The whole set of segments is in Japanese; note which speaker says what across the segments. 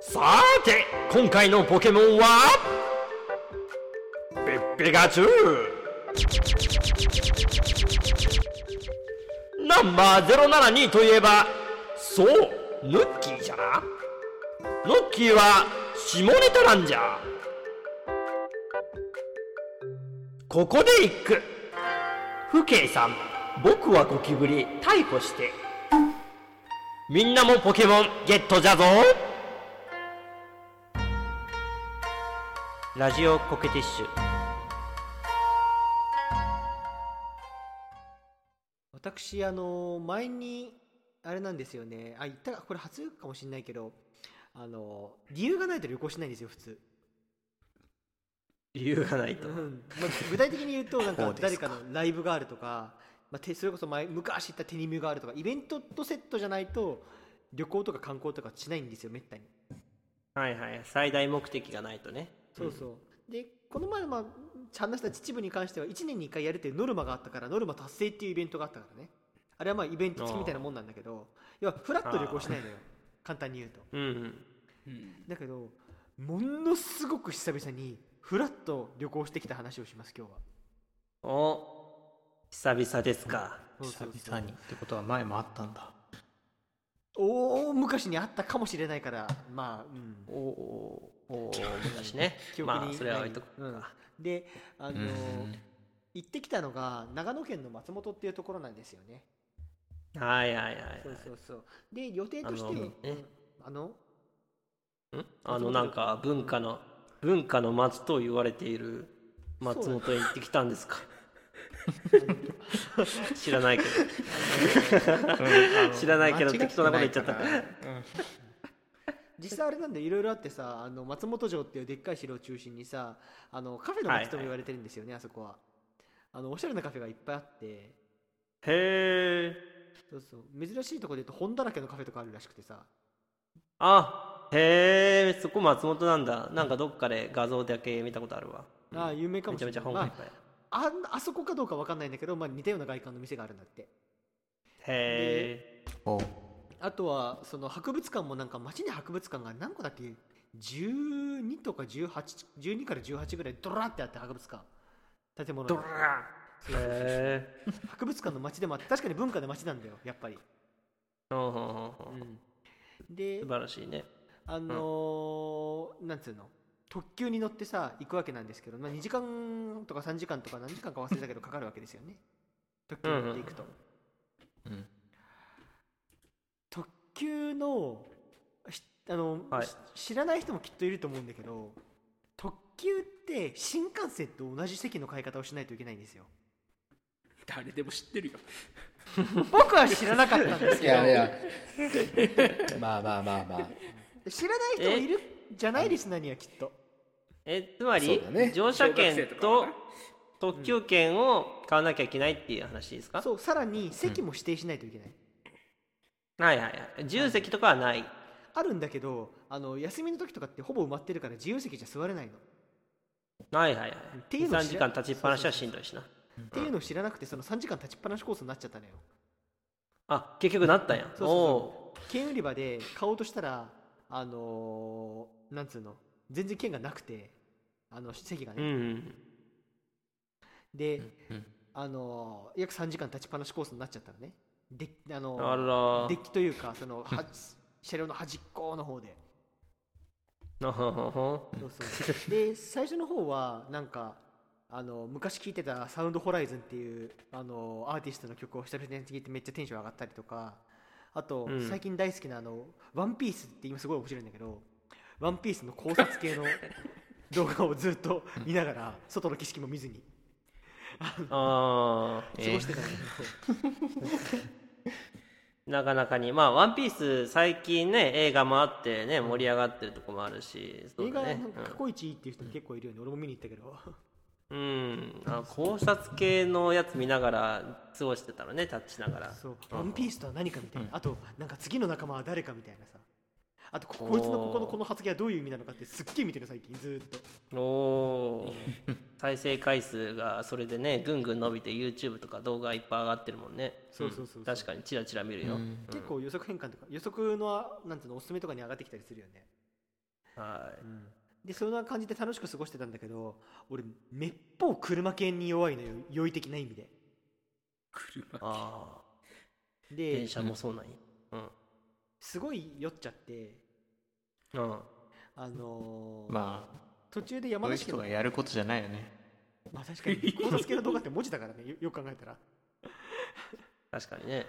Speaker 1: さーて今回のポケモンはペッペガチュナンバー072といえばそうヌッキーじゃなヌッキーは下ネタなんじゃここで一句父兄さん僕はゴキブリ逮捕してみんなもポケモンゲットじゃぞラジオコケティッシュ
Speaker 2: 私あの前にあれなんですよねあ言ったらこれ初かもしれないけどあの理由がないと旅行しないんですよ普通、
Speaker 1: 理由がないと
Speaker 2: うんまあ具体的に言うとな
Speaker 1: そ
Speaker 2: んか
Speaker 1: うですか
Speaker 2: 誰かのライブがあるとか、まあ、てそれこそ前昔行ったテニミューがあるとかイベントとセットじゃないと旅行とか観光とかしないんですよめったに
Speaker 1: はいはい最大目的がないとね
Speaker 2: そうそう、でこの前まあ話した秩父に関しては1年に1回やるっていうノルマがあったからノルマ達成っていうイベントがあったからねあれはまあイベント付きみたいなもんなんだけど要はフラッと旅行しないのよ簡単に言うと
Speaker 1: うんうん
Speaker 2: だけどものすごく久々にフラッと旅行してきた話をします今日は
Speaker 1: お久々ですか
Speaker 2: そうそうそう
Speaker 3: 久々にってことは前もあったんだ
Speaker 2: 大昔にあったかもしれないからまあうん
Speaker 1: おおお昔ね
Speaker 2: 記憶に
Speaker 1: まあそれは置いとく
Speaker 2: うん
Speaker 1: か、
Speaker 2: であのー
Speaker 3: うん
Speaker 2: 行ってきたのが長野県の松本っていうところなんですよね
Speaker 1: はいはいはいはい
Speaker 2: そうそうそうで予定としては
Speaker 1: あのね
Speaker 2: うんあの
Speaker 1: んあのなんか文化の文化の松と言われている松本へ行ってきたんですか知らないけど知らないけど適当なこと言っちゃった
Speaker 2: 実際あれなんでいろいろあってさあの松本城っていうでっかい城を中心にさあのカフェの街とも言われてるんですよね、あそこはあのおしゃれなカフェがいっぱいあって
Speaker 1: へえ
Speaker 2: そうそう珍しいところで言うと本だらけのカフェとかあるらしくてさ
Speaker 1: あへえそこ松本なんだなんかどっかで画像だけ見たことあるわ
Speaker 2: ああ有名か
Speaker 1: め
Speaker 2: もし
Speaker 1: ちゃ
Speaker 2: れ
Speaker 1: めち
Speaker 2: な
Speaker 1: ゃ
Speaker 2: い、
Speaker 1: 本
Speaker 2: ま
Speaker 1: がいっ
Speaker 2: あ
Speaker 1: ぱい
Speaker 2: あんあそこかどうかわかんないんだけど、まあ、似たような外観の店があるんだって
Speaker 1: へえ
Speaker 3: おう
Speaker 2: あとはその博物館もなんか街に博物館が何個だっけ12とか1812から18ぐらいドラーってあって博物館建物
Speaker 1: ド
Speaker 2: の
Speaker 1: ラーへえ
Speaker 2: 博物館の街でもあって確かに文化の街なんだよやっぱり、
Speaker 1: うんうんうんうん
Speaker 2: で
Speaker 1: 素晴らしいね
Speaker 2: あのーなんつうの特急に乗ってさ行くわけなんですけど、まあ、2時間とか3時間とか何時間か忘れたけどかかるわけですよね特急に乗っていくと、
Speaker 3: うん
Speaker 2: 特急のしあの、
Speaker 1: はい
Speaker 2: し知らない人もきっといると思うんだけど特急って新幹線と同じ席の買い方をしないといけないんです よ
Speaker 4: 誰でも知ってるよ
Speaker 2: 僕は知らなかったんです
Speaker 3: い
Speaker 2: けど
Speaker 3: やいやまあまあまあまあ
Speaker 2: 知らない人もいるじゃないリスナーにはきっと
Speaker 1: えつまり
Speaker 3: そうだ、ね
Speaker 1: 乗車券
Speaker 4: 小
Speaker 1: と
Speaker 4: 学生とか
Speaker 1: 特急券を買わなきゃいけないっていう話ですか、
Speaker 2: そうさらに席も指定しないといけない、
Speaker 1: はいはいはい自由席とかはない、
Speaker 2: あるんだけどあの休みの時とかってほぼ埋まってるから自由席じゃ座れないの、
Speaker 1: はい、はいはい
Speaker 2: ていうの
Speaker 1: 23
Speaker 2: を知
Speaker 1: 時
Speaker 2: ら
Speaker 1: 間立ちっぱなしはしんどいしな
Speaker 2: っていうのを知らなくてその3時間立ちっぱなしコースになっちゃったのよ
Speaker 1: あ結局なったんやん
Speaker 2: そうそうそう
Speaker 1: お
Speaker 2: 券売り場で買おうとしたらあのーなんつうの全然券がなくてあの席が
Speaker 1: うう
Speaker 2: ね、
Speaker 1: ん
Speaker 2: で、
Speaker 3: うん
Speaker 2: あのー約3時間立ちっぱなしコースになっちゃったのねであのー
Speaker 1: あら
Speaker 2: デッキというかそのは車両の端っこの方で
Speaker 1: なほほほ
Speaker 2: そうそうで最初の方はなんかあの昔聴いてたサウンドホライズンっていうあのアーティストの曲を久々に聴いてめっちゃテンション上がったりとかあと、
Speaker 1: うん
Speaker 2: 最近大好きなあの「ワンピースって今すごい面白いんだけど「ワンピースの考察 系の動画をずっと見ながら外の景色も見ずに
Speaker 1: あー
Speaker 2: 過ごしてたんだけ
Speaker 1: なかなかにまあ「ワンピース最近ね映画もあってね盛り上がってるとこもあるし
Speaker 2: ど、
Speaker 1: そう
Speaker 2: 映画
Speaker 1: だ
Speaker 2: なん
Speaker 1: ね
Speaker 2: か過去一いいっていう人も結構いるよね、俺も見に行ったけど
Speaker 1: うん、うんあ考察系のやつ見ながら過ごしてたのねタッチしながら
Speaker 2: そう「ワンピースとは何かみたいな、
Speaker 3: うん
Speaker 2: あとなんか次の仲間は誰かみたいなさあとこ
Speaker 1: おー
Speaker 2: こいつのここのこの発言はどういう意味なのかってすっげえ見てる最近ずーっと
Speaker 1: おー 再生回数がそれでねぐんぐん伸びて YouTube とか動画いっぱい上がってるもんね
Speaker 2: そうそうそうそうん
Speaker 1: 確かにチラチラ見るよ、
Speaker 3: うん
Speaker 2: 結構予測変換とか予測のなんていうのおすすめとかに上がってきたりするよね
Speaker 1: は
Speaker 2: でそんな感じで楽しく過ごしてたんだけど俺めっぽう車犬に弱いのよ酔い的な意味で
Speaker 1: い。
Speaker 4: 車
Speaker 1: ああ。
Speaker 2: で
Speaker 1: 電車もそうなんや。
Speaker 2: すごい酔っちゃって
Speaker 1: うん。うん。
Speaker 2: あのー
Speaker 3: ま
Speaker 2: 途中で
Speaker 3: あ、
Speaker 2: 山
Speaker 3: こういう
Speaker 2: 梨県
Speaker 3: 人
Speaker 2: の
Speaker 3: がやることじゃないよね。
Speaker 2: まあ確かに考察系の動画って文字だからねよよく考えたら
Speaker 1: 確かにね。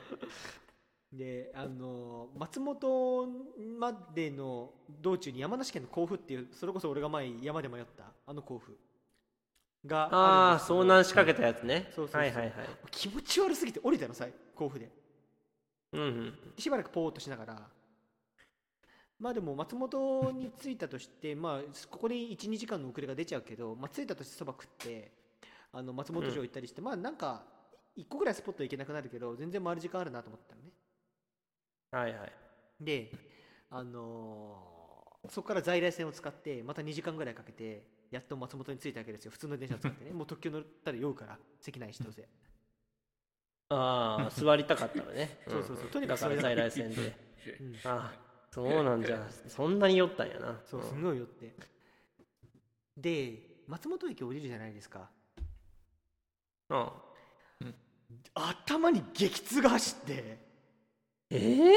Speaker 2: であの松本までの道中に山梨県の甲府っていうそれこそ俺が前山で迷ったあの甲府が
Speaker 1: ああ、遭難
Speaker 2: し
Speaker 1: しかけたやつね。
Speaker 2: そうそうそう
Speaker 1: はいはいはい。
Speaker 2: 気持ち悪すぎて降りたのさ甲府で
Speaker 1: うんうん。
Speaker 2: しばらくポーっとしながらまあでも松本に着いたとしてまあここで12時間の遅れが出ちゃうけど、まあ、着いたとしてそば食ってあの松本城行ったりして、まあなんか1個ぐらいスポット行けなくなるけど全然回る時間あるなと思ったのね
Speaker 1: はいはい。
Speaker 2: で、あのーそこから在来線を使ってまた2時間ぐらいかけてやっと松本に着いたわけですよ普通の電車を使ってねもう特急乗ったら酔うから席ないしどうせ
Speaker 1: ああ、座りたかったのね。
Speaker 2: そうそうそうんとにかく
Speaker 1: だから
Speaker 2: 座
Speaker 1: 在
Speaker 2: り
Speaker 1: 来線で。ああ、そうなんじゃ。そんなに酔ったんやな。
Speaker 2: そうす
Speaker 1: ん
Speaker 2: ごい酔ってで松本駅降りるじゃないですか
Speaker 1: うん。
Speaker 2: 頭に激痛が走って
Speaker 1: ええ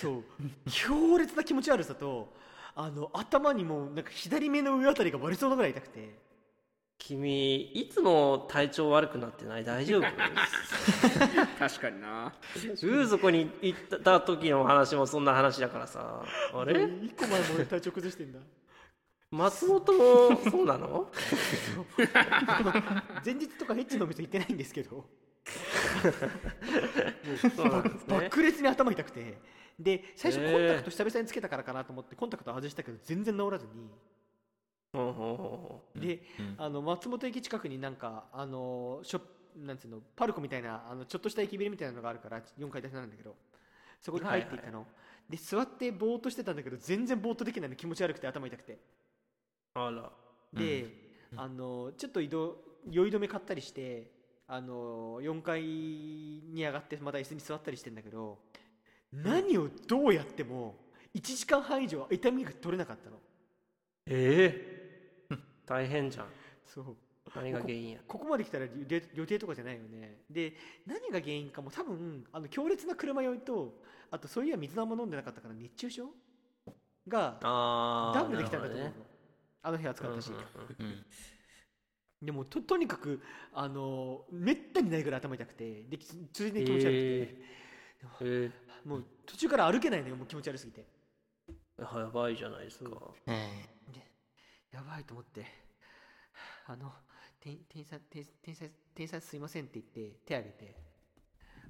Speaker 2: そう強烈な気持ち悪さとあの頭にもうなんか左目の上あたりが割れそうなぐらい痛くて
Speaker 1: 君、いつも体調悪くなってない大 丈夫
Speaker 4: 確かにな
Speaker 1: 風俗に行った時の話もそんな話だからさ。あれ
Speaker 2: 1個前も俺体調崩してんだ
Speaker 1: 松本もそうなの
Speaker 2: 前日とかエッチのお店行ってないんですけど
Speaker 1: そうなんですね。
Speaker 2: 爆裂に頭痛くてで最初
Speaker 1: えー
Speaker 2: コンタクト久々につけたからかなと思ってコンタクト外したけど全然治らずに、
Speaker 1: ほうほうほ
Speaker 2: で
Speaker 3: うん
Speaker 2: あの松本駅近くになんかあのショップなんつうのパルコみたいなあのちょっとした駅ビルみたいなのがあるから4階建てなんだけどそこに入っていったの、で座ってぼーっとしてたんだけど全然ぼーっとできないの気持ち悪くて頭痛くて
Speaker 1: うほうあら。
Speaker 2: で、
Speaker 3: うん
Speaker 2: あのちょっと移動酔い止め買ったりしてあの4階に上がってまた椅子に座ったりしてんだけど何をどうやっても1時間半以上痛みが取れなかったの
Speaker 1: ええ大変じゃん。
Speaker 2: そう
Speaker 1: 何が原因や。
Speaker 2: ここまで来たら旅旅旅程とかじゃないよねで何が原因かも多分あの強烈な車酔いとあとそういや水あんま飲んでなかったから熱中症が
Speaker 1: ああ。
Speaker 2: ダブルできたんだと思うの、
Speaker 1: なる
Speaker 2: あの日暑
Speaker 1: ほ
Speaker 2: かっ
Speaker 1: ど
Speaker 2: た
Speaker 1: ね
Speaker 2: し、
Speaker 3: うん
Speaker 2: でもととにかくあのめったにないぐらい頭痛くてでつ続いて気持ち悪くて、
Speaker 1: えええ
Speaker 2: もう途中から歩けないのよもう気持ち悪すぎて
Speaker 1: えやばいじゃないですか。
Speaker 3: ね
Speaker 2: やばいと思ってあの店店員さん店店員さん店員さんすいませんって言って手挙げて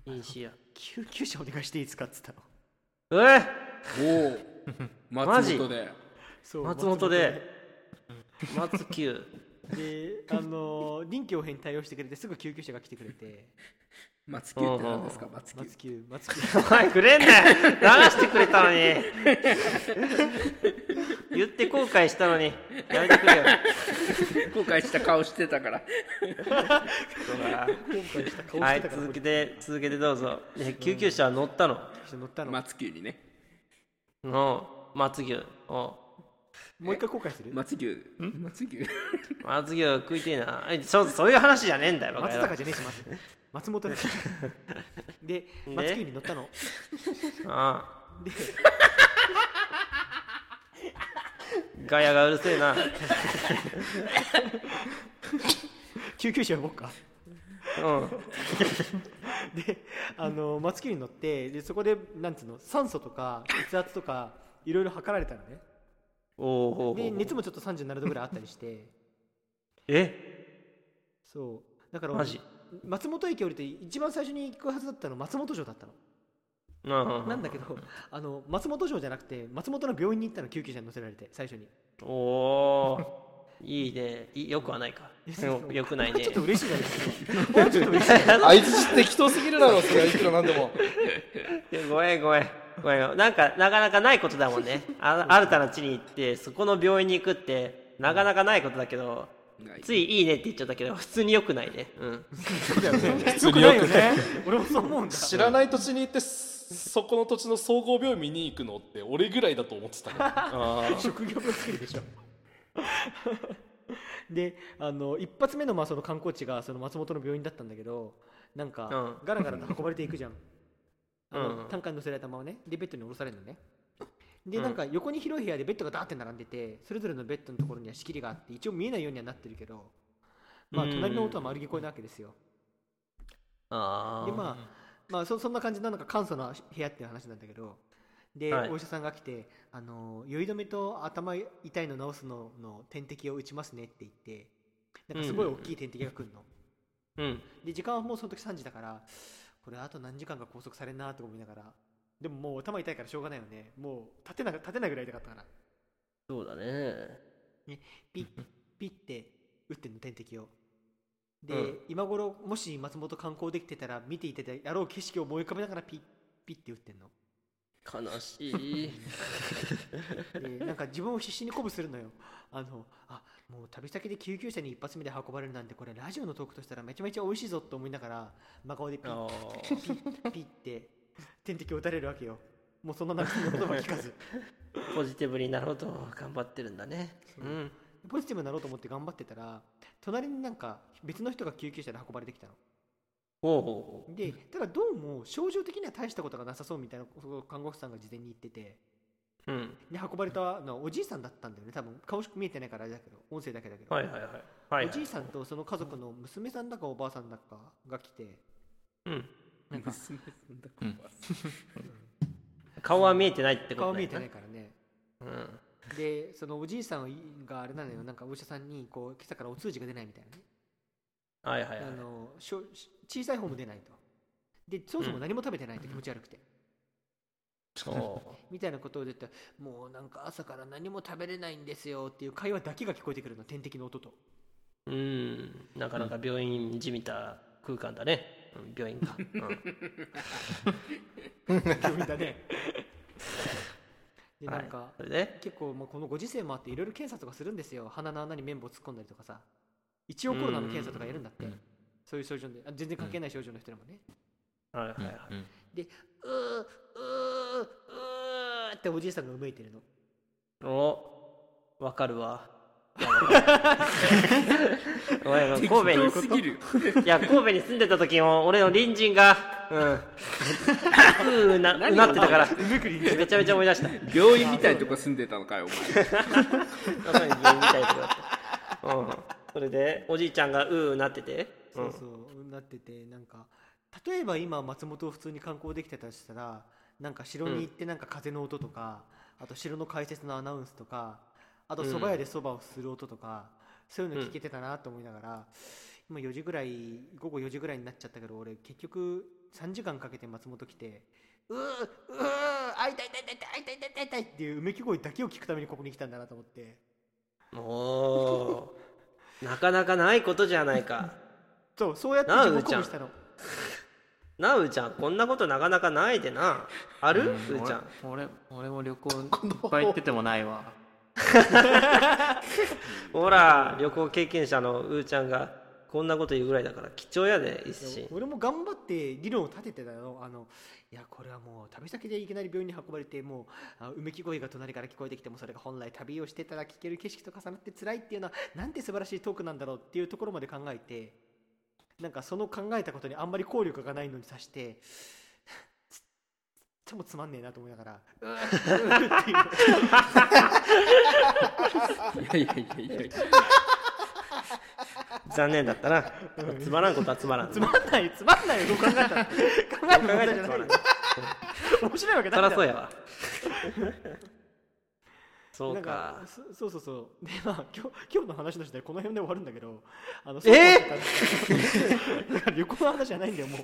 Speaker 1: いいしや。
Speaker 2: 救急車お願いしていいですかっつったの
Speaker 1: え
Speaker 4: おお松本で
Speaker 2: そう
Speaker 1: 松本で松久。
Speaker 2: であのー臨機応変に対応してくれてすぐ救急車が来てくれて
Speaker 4: 松木って何ですか松木
Speaker 2: 松久松 久
Speaker 1: お前くれんなよ流してくれたの に言って後悔したのにやめてくれよ
Speaker 4: 後悔した顔してたから
Speaker 2: 今回した顔
Speaker 1: は
Speaker 2: して
Speaker 1: い
Speaker 2: たから、
Speaker 1: 続けて続けてどうぞで救急車は乗ったの
Speaker 2: 乗ったの、
Speaker 4: 松木にね
Speaker 1: の松牛お
Speaker 2: もう一回後悔する、
Speaker 4: 松木松木
Speaker 1: 松牛食いてえなえそうそういう話じゃねえんだよバカ
Speaker 2: 松
Speaker 1: 野郎
Speaker 2: 坂じゃねえし松松本 ですで松久に乗ったの
Speaker 1: ああガヤがうるせえな
Speaker 2: 救急車呼ぼう か
Speaker 1: うん
Speaker 2: であの松木に乗ってでそこでなんつうの酸素とか血圧とかいろいろ測られたのね
Speaker 1: おうおうおう
Speaker 2: で熱もちょっと37度ぐらいあったりして
Speaker 1: え
Speaker 2: そうだから
Speaker 1: マジ
Speaker 2: 松本駅降りて一番最初に行くはずだったの松本城だったの
Speaker 1: なあ
Speaker 2: なんだけどあの松本城じゃなくて松本の病院に行ったの救急車に乗せられて最初に
Speaker 1: おおいいねいよくはないかよよく ないね
Speaker 2: ちょっと嬉しいじゃない ですかもうちょっと嬉しい
Speaker 5: あいつ適当すぎるだろそれはいくらなんでも
Speaker 1: いやごめんごめんごめんよなんかなかなかないことだもんねあ新たな地に行ってそこの病院に行くってなかなかないことだけどついいいねって言っちゃったけど普通によくないねうん
Speaker 5: 普通
Speaker 2: よくないよね俺もそう思うんだ
Speaker 5: 知らない土地に行ってすそこの土地の総合病院見に行くのって俺ぐらいだと思ってたねあー
Speaker 2: 職業分けでしょ であの一発目のまあその観光地がその松本の病院だったんだけどなんか
Speaker 1: う
Speaker 2: ガラガラと運ばれていくじ ゃんあ
Speaker 1: う
Speaker 2: の、
Speaker 1: ん
Speaker 2: 担架に乗せられたままねでベッドに下ろされるのねでなんか横に広い部屋でベッドがダーって並んでてそれぞれのベッドのところには仕切りがあって一応見えないようにはなってるけどまあ
Speaker 1: うん
Speaker 2: 隣の音は丸聞こえなわけですよ
Speaker 1: あ
Speaker 2: でまあまあそそんな感じなのか簡素な部屋っていう話なんだけどで、
Speaker 1: はい
Speaker 2: お医者さんが来て「あの酔い止めと頭痛いの治すのの点滴を打ちますね」って言ってなんかすごい大きい点滴が来るの、
Speaker 1: うん
Speaker 2: で時間はもうその時3時だからこれあと何時間か拘束されんなと思いながらでももう頭痛いからしょうがないよねもう立てな立てないぐらい痛かったから
Speaker 1: そうだね
Speaker 2: ピッピッて打ってんの点滴をで、
Speaker 1: うん
Speaker 2: 今頃もし松本観光できてたら見ていただやろう景色を思い浮かべながらピッピッて打ってんの
Speaker 1: 悲しい
Speaker 2: でなんか自分を必死に鼓舞するのよあのあもう旅先で救急車に一発目で運ばれるなんてこれラジオのトークとしたらめちゃめちゃ美味しいぞと思いながら真顔でピッ
Speaker 1: あ
Speaker 2: ピッピッて点滴を打たれるわけよもうそんな泣きの言葉聞かず
Speaker 1: ーポジティブになろうと頑張ってるんだねうん
Speaker 2: ポジティブになろうと思って頑張ってたら隣になんか別の人が救急車で運ばれてきたの
Speaker 1: ほうほ
Speaker 2: でただどうも症状的には大したことがなさそうみたいなことを看護婦さんが事前に言ってて
Speaker 1: うほううん
Speaker 2: で運ばれたのはおじいさんだったんだよね多分顔しか見えてないからあれだけど音声だけだけど、
Speaker 1: はいはいはいはい
Speaker 2: おじいさんとその家族の娘さんだかおばあさんだかが来て
Speaker 1: うん
Speaker 2: なんか
Speaker 4: 娘さんだこは
Speaker 1: 顔は見えてないってこと
Speaker 2: 顔
Speaker 1: だ
Speaker 2: 見え
Speaker 1: よ
Speaker 2: てない
Speaker 1: ね
Speaker 2: からね
Speaker 1: うん
Speaker 2: でそのおじいさんがあれなのよなんかお医者さんにこう今朝からお通じが出ないみたいなね
Speaker 1: はいはいは
Speaker 2: あ
Speaker 1: い
Speaker 2: のしょし小さい方も出ないとでそもそも何も食べてないと気持ち悪くて、
Speaker 1: そう
Speaker 2: みたいなことを言ったらもうなんか朝から何も食べれないんですよっていう会話だけが聞こえてくるの点滴の音と
Speaker 1: うんなかなか病院じみた空間だね、うん、病院か、うん、
Speaker 2: 病院だねで
Speaker 1: は
Speaker 2: ないんか、
Speaker 1: それで
Speaker 2: 結構もうこのご時世もあっていろいろ検査とかするんですよ鼻の穴に綿棒突っ込んだりとかさ一応コロナの検査とかやるんだって
Speaker 3: うん
Speaker 2: そういう症状であ全然関係ない症状の人でもね
Speaker 1: はいはい
Speaker 3: うん、
Speaker 1: はいう
Speaker 3: ん
Speaker 2: うーうーうーっておじいさんがうめいてるの
Speaker 1: おわかるわお前神戸に
Speaker 4: 適当すぎる
Speaker 1: いや神戸に住んでた時も俺の隣人がうんうーなうなってたからめちゃめちゃ思い出した
Speaker 4: 病院みたいなとこ住んでたのかよお前
Speaker 1: まさに病院みたいなとこだった、うん、それでおじいちゃんがうーうなってて、う
Speaker 2: そ
Speaker 1: ん
Speaker 2: う、そうなっててなんか例えば今松本を普通に観光できてたとしたらなんか城に行ってなんか風の音とか、あと城の解説のアナウンスとかあと
Speaker 1: うん
Speaker 2: 蕎麦屋で蕎麦をする音とか、そういうの聞けてたなと思いながら、今4時ぐらい午後4時ぐらいになっちゃったけど俺結局3時間かけて松本来て「うーうーあ痛い痛い痛い痛い痛い痛い痛い痛い」っていううめき声だけを聞くためにここに来たんだなと思って
Speaker 1: おーなかなかないことじゃないか
Speaker 2: そうそうやって
Speaker 1: なあ
Speaker 2: 自分を
Speaker 1: うーち
Speaker 2: 鼓
Speaker 1: ゃん
Speaker 2: 舞したの
Speaker 1: なあうーちゃんこんなことなかなかないでなある、うーちゃん
Speaker 6: 俺俺俺も旅行いっぱい行っててもないわ
Speaker 1: ほら旅行経験者のうーちゃんがこんなこと言うぐらいだから貴重やで一心
Speaker 2: 俺も頑張って理論を立ててたのあのいやこれはもう旅先でいきなり病院に運ばれてもうあうめき声が隣から聞こえてきてもそれが本来旅をしてたら聞ける景色と重なって辛いっていうのはなんて素晴らしいトークなんだろうっていうところまで考えてなんかその考えたことにあんまり効力がないのにさしてつつもつまんねえなと思いながらうーうーっていう
Speaker 4: いやいやいやいやいや
Speaker 1: 残念だったなつまらんことはつまらん
Speaker 2: つまんないつまんないよどう考えたら考え
Speaker 1: 考
Speaker 2: た
Speaker 1: えたら
Speaker 2: ら
Speaker 1: つまらん
Speaker 2: 面白いわ け
Speaker 1: そら
Speaker 2: ないだろ
Speaker 1: そうやわそう
Speaker 2: なん
Speaker 1: か
Speaker 2: かそそうそうそうでまあ今日今日の話の時代この辺で終わるんだけどあの
Speaker 1: えー
Speaker 2: ー、だから旅行の話じゃないんだよもう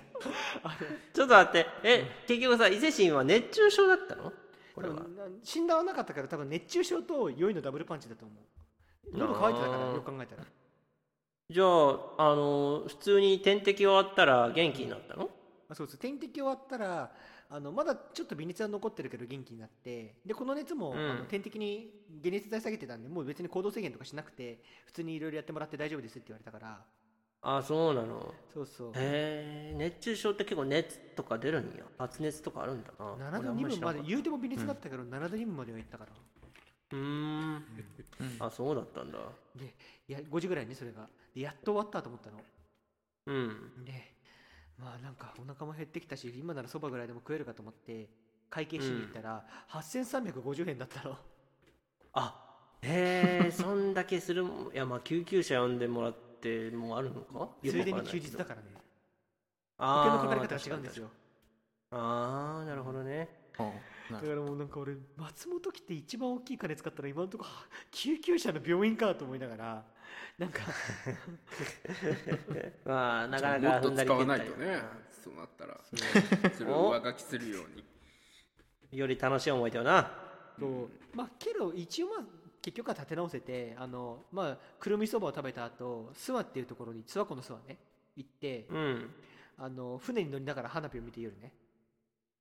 Speaker 2: あ
Speaker 1: ちょっと待ってえ結局さ伊勢神は熱中症だったのこれ
Speaker 2: の
Speaker 1: は
Speaker 2: 多分な診断はなかったから多分熱中症と酔いのダブルパンチだと思う喉乾いてたから
Speaker 1: あー
Speaker 2: よく考えたら
Speaker 1: じゃああの普通に点滴終わったら元気になったの
Speaker 2: あそうそう点滴終わったらあのまだちょっと微熱は残ってるけど元気になってでこの熱も、
Speaker 1: うん
Speaker 2: あの点滴に解熱剤下げてたんでもう別に行動制限とかしなくて普通にいろいろやってもらって大丈夫ですって言われたから
Speaker 1: あそうなの
Speaker 2: そうそう
Speaker 1: へえ熱中症って結構熱とか出るんや発熱とかあるんだな
Speaker 2: 7度2分まで言うても微熱だったけど、7度2分までは行ったから
Speaker 1: うーんあそうだったんだ
Speaker 2: でいや5時ぐらいにそれがでやっと終わったと思ったの
Speaker 1: うん
Speaker 2: でまあなんかお腹も減ってきたし今ならそばぐらいでも食えるかと思って会計しに行ったら、8350円だったの
Speaker 1: あへえ そんだけするもんいやまあ救急車呼んでもらってもあるのか
Speaker 2: ついでに休日だからね保険のかかり方が違うんですよ
Speaker 1: あー確かに確かにあーなるほどね
Speaker 2: だからもうなんか俺松本来て一番大きい金使ったら今のところは救急車の病院かと思いながらなんか
Speaker 1: まあなかな
Speaker 4: も
Speaker 1: か
Speaker 4: っと
Speaker 1: 踏んだり蹴っ
Speaker 4: 使わな
Speaker 1: た
Speaker 4: い
Speaker 1: り
Speaker 4: とねそうなったらそれ
Speaker 1: お
Speaker 4: を上書きするように
Speaker 1: より楽しい思い出をな
Speaker 2: そうまあけど一応まあ結局は立て直せてあのまあくるみそばを食べた後諏訪っていうところに諏訪湖の諏訪ね行って
Speaker 1: うん
Speaker 2: あの船に乗りながら花火を見て夜ね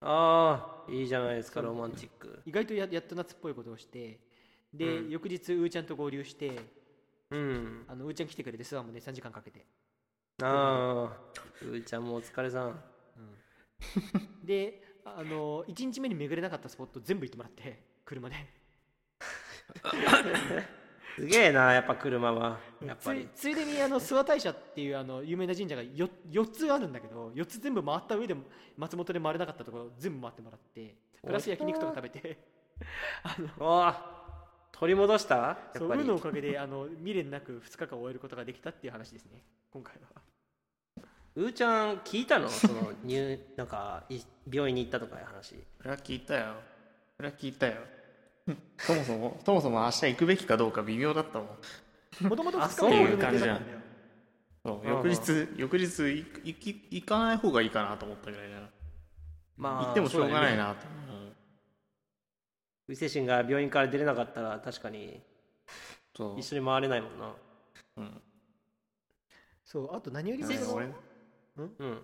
Speaker 1: ああいいじゃないですかロマンチック
Speaker 2: 意外とややっと夏っぽいことをしてで、
Speaker 1: うん
Speaker 2: 翌日うーちゃんと合流して
Speaker 1: うん
Speaker 2: あのうーちゃん来てくれて諏訪もね3時間かけて、
Speaker 1: ああうーちゃんもお疲れさん
Speaker 2: うんであの1日目に巡れなかったスポット全部行ってもらって車です
Speaker 1: げえなやっぱ車はやっぱ
Speaker 2: つい
Speaker 1: り
Speaker 2: ついでにあの諏訪大社っていうあの有名な神社が 4, 4つあるんだけど4つ全部回った上でも松本で回れなかったところ全部回ってもらってプラス焼肉とか食べてあの
Speaker 1: おお取り戻したや
Speaker 2: そ
Speaker 1: っ
Speaker 2: う
Speaker 1: ぱ
Speaker 2: 運
Speaker 1: り
Speaker 2: のおかげであの未練なく2日間終えることができたっていう話です ね今回は
Speaker 1: うーちゃん聞いたのその入 なんかい病院に行ったとかいう話
Speaker 6: それは聞いたよそれは聞いたよそもそもそもそも明日行くべきかどうか微妙だったもん
Speaker 2: もともと
Speaker 1: あ
Speaker 2: 2日
Speaker 1: そう
Speaker 2: 目
Speaker 1: いう
Speaker 2: 終える予定だったんだよ
Speaker 6: そう
Speaker 1: うんうん
Speaker 6: 翌日翌日行く行き行かない方がいいかなと思ったぐらいだな
Speaker 1: まあ
Speaker 6: 行ってもしょうがない
Speaker 1: な
Speaker 6: なと思う
Speaker 1: 伊勢神が病院から出れなかったら確かに
Speaker 6: そう
Speaker 1: 一緒に回れないもんな
Speaker 2: そうあと何よりも
Speaker 6: ね
Speaker 2: その
Speaker 6: 俺
Speaker 1: うん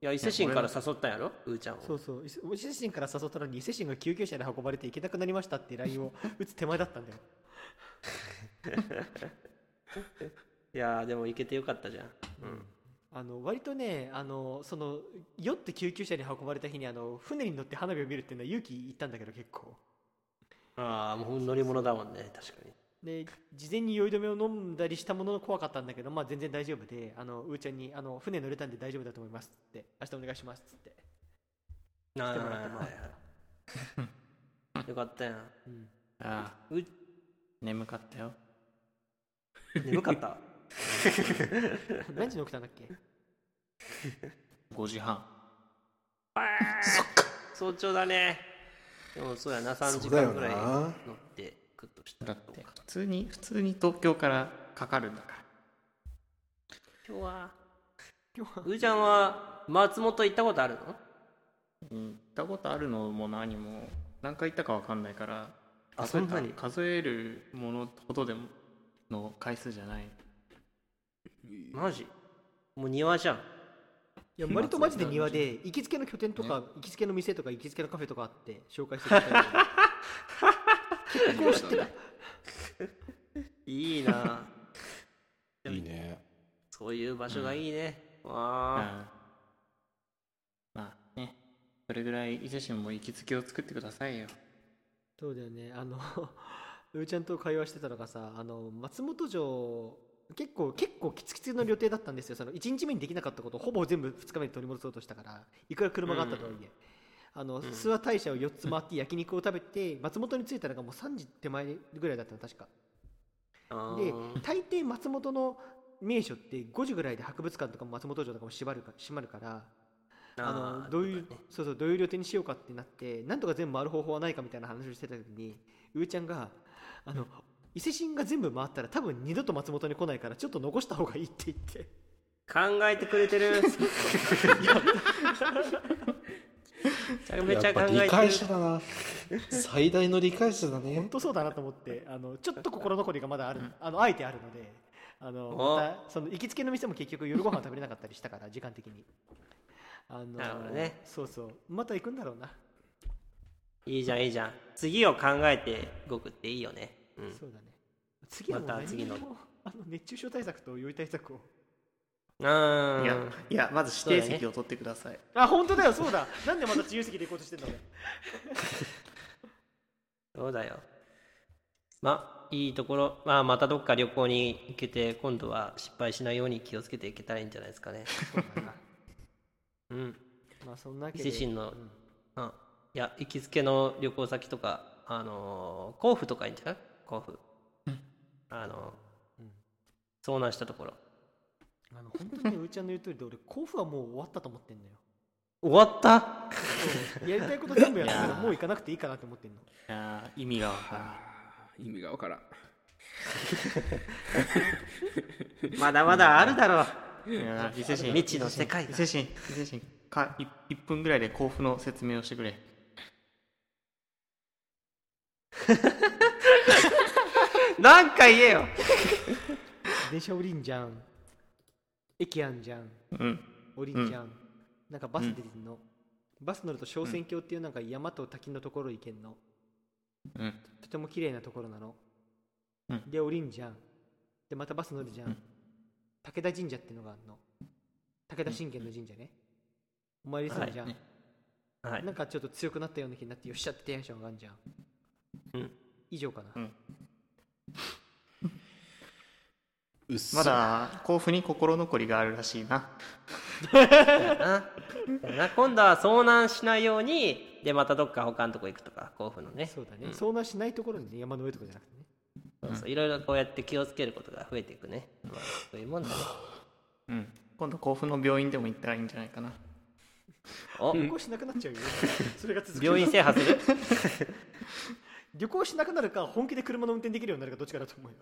Speaker 1: いや伊勢神から誘ったんやろうーちゃんを
Speaker 2: そうそう伊勢伊勢神から誘ったのに伊勢神が救急車で運ばれて行けなくなりましたって LINE を打つ手前だったんだよ
Speaker 1: いやーでも行けてよかったじゃんうん
Speaker 2: あの割とねあのその酔って救急車に運ばれた日にあの船に乗って花火を見るっていうのは勇気いったんだけど結構
Speaker 1: ああもう乗り物だもんね確かに
Speaker 2: で事前に酔い止めを飲んだりしたものの怖かったんだけど、まあ、全然大丈夫であのうーちゃんにあの船乗れたんで大丈夫だと思いますって明日お願いしますっつ って
Speaker 1: 来
Speaker 2: てもらってます
Speaker 1: よかったやん
Speaker 6: ああ
Speaker 1: う
Speaker 6: 眠かったよ
Speaker 1: 眠かった
Speaker 2: 何時に起きたんだっけ
Speaker 6: 5時半
Speaker 1: 早朝だねでもそうやな3時
Speaker 3: うだよ
Speaker 1: 間ぐ
Speaker 3: な
Speaker 1: らい乗ってクッとした
Speaker 6: だっ
Speaker 1: と
Speaker 6: て
Speaker 1: か
Speaker 6: 普通に普通に東京からかかるんだから
Speaker 1: 今日は
Speaker 2: 今日は
Speaker 1: うーちゃんは松本行ったことあるの
Speaker 6: うん行ったことあるのも何も何回行ったか分かんないから
Speaker 1: あ
Speaker 6: 数
Speaker 1: そ
Speaker 6: え
Speaker 1: んな
Speaker 6: た
Speaker 1: に
Speaker 6: 数えるものほどでもの回数じゃない
Speaker 1: マジもう庭じゃん
Speaker 2: いや割とマジで庭で行きつけの拠点とか、行きつけの店とか行きつけのカフェとかあって紹介してくれたり
Speaker 4: 結構してた
Speaker 1: いいな
Speaker 3: いいね
Speaker 1: そういう場所がいいね、わあ
Speaker 6: あまあねそれぐらい伊勢神も行きつけを作ってくださいよ
Speaker 2: そうだよねあの うーちゃんと会話してたのがさあの松本城結構結構きつきつの予定だったんですよその1日目にできなかったことをほぼ全部2日目に取り戻そうとしたからいくら車があったとはいえ、あの諏訪大社を4つ回って焼肉を食べて松本に着いたのがもう3時手前ぐらいだったの確か
Speaker 1: あ
Speaker 2: で
Speaker 1: ー
Speaker 2: 大抵松本の名所って5時ぐらいで博物館とかも松本城とかも閉まるか閉まるからあ
Speaker 1: あー
Speaker 2: のどういう
Speaker 1: とかね
Speaker 2: そうそうどういう料亭にしようかってなってなんとか全部回る方法はないかみたいな話をしてた時にうーちゃんがあの伊勢神が全部回ったら多分二度と松本に来ないからちょっと残した方がいいって言って
Speaker 1: 考えてくれてるめちゃめちゃ
Speaker 3: やっ
Speaker 1: 考
Speaker 3: ぱ
Speaker 1: えてる
Speaker 3: 理解者だな最大の理解者だね
Speaker 2: 本当そうだなと思ってあのちょっと心残りがまだあるあのあえてあるのであの
Speaker 1: お
Speaker 2: またその行きつけの店も結局夜ご飯食べれなかったりしたから時間的にあの
Speaker 1: なるほどね
Speaker 2: そうそうまた行くんだろうな、
Speaker 1: いいじゃんいいじゃん次を考えて動くっていいよねうん
Speaker 2: そうだね次はもう
Speaker 1: また
Speaker 2: 何
Speaker 1: 次の
Speaker 2: にもあの熱中症対策と酔い対策を
Speaker 1: うーん
Speaker 6: いやいやまず指定席を取ってください、
Speaker 2: あ本当だよそうだなんでまた自由席で行こうとしてんだ俺
Speaker 1: そうだよまあいいところ、まあ、またどっか旅行に行けて今度は失敗しないように気をつけていけたらいいんじゃないですかね うん
Speaker 2: まあそんなわけで
Speaker 1: 自身の、うん、いや行きつけの旅行先とかあのー甲府とかいいんじゃない甲府あのー遭難したところ
Speaker 2: あの本当にねうーちゃんの言う通りで俺甲府はもう終わったと思ってんのよ
Speaker 1: 終わった
Speaker 2: そうやりたいこと全部やったからもう行かなくていいかなって思ってんの
Speaker 6: いやー意味がわからん
Speaker 4: 意味がわからん
Speaker 1: まだまだあるだろう
Speaker 6: いやー伊勢神
Speaker 1: 未知の世界
Speaker 6: 伊勢神伊勢神かい1分ぐらいで甲府の説明をしてくれ
Speaker 1: なんか言えよ
Speaker 2: 電車降りんじゃん駅あんじゃん
Speaker 6: うん
Speaker 2: 降りんじゃん、なんかバス出てんの、バス乗ると昇仙峡っていうなんか山と滝のところ行けんの
Speaker 6: うん
Speaker 2: とても綺麗なところなの、
Speaker 6: うん
Speaker 2: で降りんじゃんでまたバス乗るじゃん、
Speaker 6: うん
Speaker 2: 武田神社ってのがあんの武田信玄の神社ね、お参りするじゃん、
Speaker 6: はい
Speaker 1: はい
Speaker 2: なんかちょっと強くなったような気になってよっしゃってテンション上がんじゃん、
Speaker 1: うん
Speaker 2: 以上かな、
Speaker 6: うん
Speaker 3: うっそ
Speaker 6: まだ甲府に心残りがあるらしいな
Speaker 1: なな今度は遭難しないようにでまたどっか他のとこ行くとか甲府のね
Speaker 2: そうだね、遭難しないところにね山の上とかじゃなくてね
Speaker 1: そうそういろいろこうやって気をつけることが増えていくね、まあ、そういうもんだね
Speaker 6: うん今度甲府の病院でも行ったらいいんじゃないかな
Speaker 1: お
Speaker 2: 旅行しなくなっちゃうよそれが続く
Speaker 1: 病院制覇す る
Speaker 2: 旅行しなくなるか本気で車の運転できるようになるかどっちかだと思うよ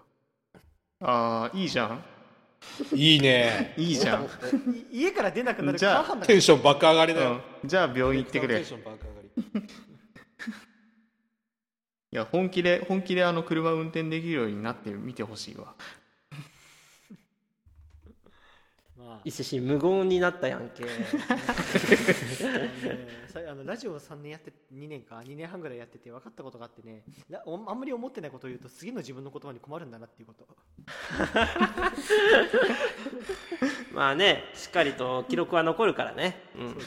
Speaker 6: あーいいじゃん
Speaker 3: いいね
Speaker 6: いいじゃん、
Speaker 2: い家から出なくなる
Speaker 6: じゃ
Speaker 2: か
Speaker 6: あ
Speaker 2: 半々だ
Speaker 3: テ
Speaker 2: か
Speaker 3: ンション爆上がりだ
Speaker 6: う
Speaker 3: よ、
Speaker 6: ん、じゃあ病院行ってくれ
Speaker 5: テン
Speaker 6: い
Speaker 5: ション爆上がり
Speaker 6: や本気で本気であの車運転できるようになってみてほしいわ
Speaker 2: らまあ
Speaker 1: 伊勢神無言になったやんけ
Speaker 2: あのねさあのラジオを3年やって2年か2年半ぐらいやってて分かったことがあってねなおあんまり思ってないことを言うと次の自分の言葉に困るんだなっていうこと
Speaker 1: まあねしっかりと記録は残るからね、うんうん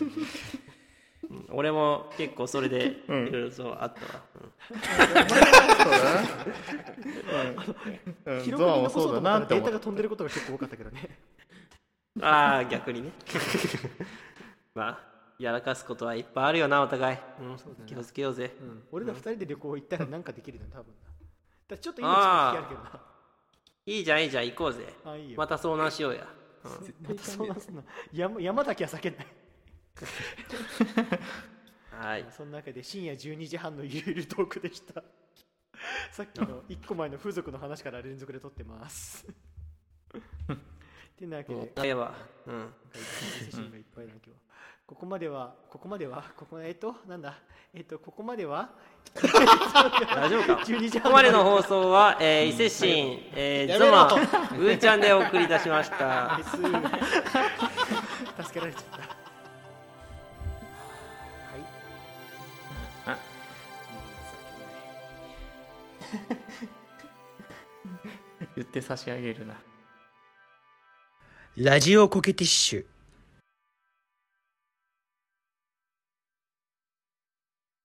Speaker 1: 俺も結構それでいろいろそうあったわ、うん
Speaker 6: うん
Speaker 2: 記録
Speaker 6: ゾ
Speaker 2: に
Speaker 6: アも
Speaker 2: 残そ
Speaker 6: そうう
Speaker 2: と思
Speaker 6: だ
Speaker 2: った
Speaker 6: な
Speaker 2: ら
Speaker 6: っ
Speaker 2: デ
Speaker 6: て
Speaker 2: ータ
Speaker 6: 思っ
Speaker 2: が
Speaker 6: た
Speaker 2: 飛んでることが結構多かったけどね
Speaker 1: ああ逆に ねまあやらかすことはいっぱいあるよなお互い、うん
Speaker 2: そうだね
Speaker 1: 気をつけようぜ、
Speaker 2: うん俺ら2人で旅行行ったらなんかできるの多分なだからちょっと今ちょっと気あるけど
Speaker 1: いいじゃんいいじゃん行こうぜ
Speaker 2: なあいいよ
Speaker 1: また遭難しようや、うん
Speaker 2: またそうなんすの山山だけは避けない
Speaker 1: はい
Speaker 2: そんなわけで深夜12時半のゆるゆるトークでした。 さっ きの1個前の風俗の話から連続で撮ってます。 てなわけで、
Speaker 1: 例えばうん
Speaker 2: 精神がいっぱいだな今日は。ここまでは、ここまでは、ここえっと、なんだ、えっと、ここまでは、
Speaker 1: 大丈夫か
Speaker 2: 12時
Speaker 1: ここま
Speaker 2: 半
Speaker 1: での放送は、えー、伊勢神、えー、ゾマ、うーちゃんでお送りいたしました。
Speaker 2: です。助 けられちゃった。はい。
Speaker 6: 言って差し上げるな
Speaker 7: ラジオコケティッシュ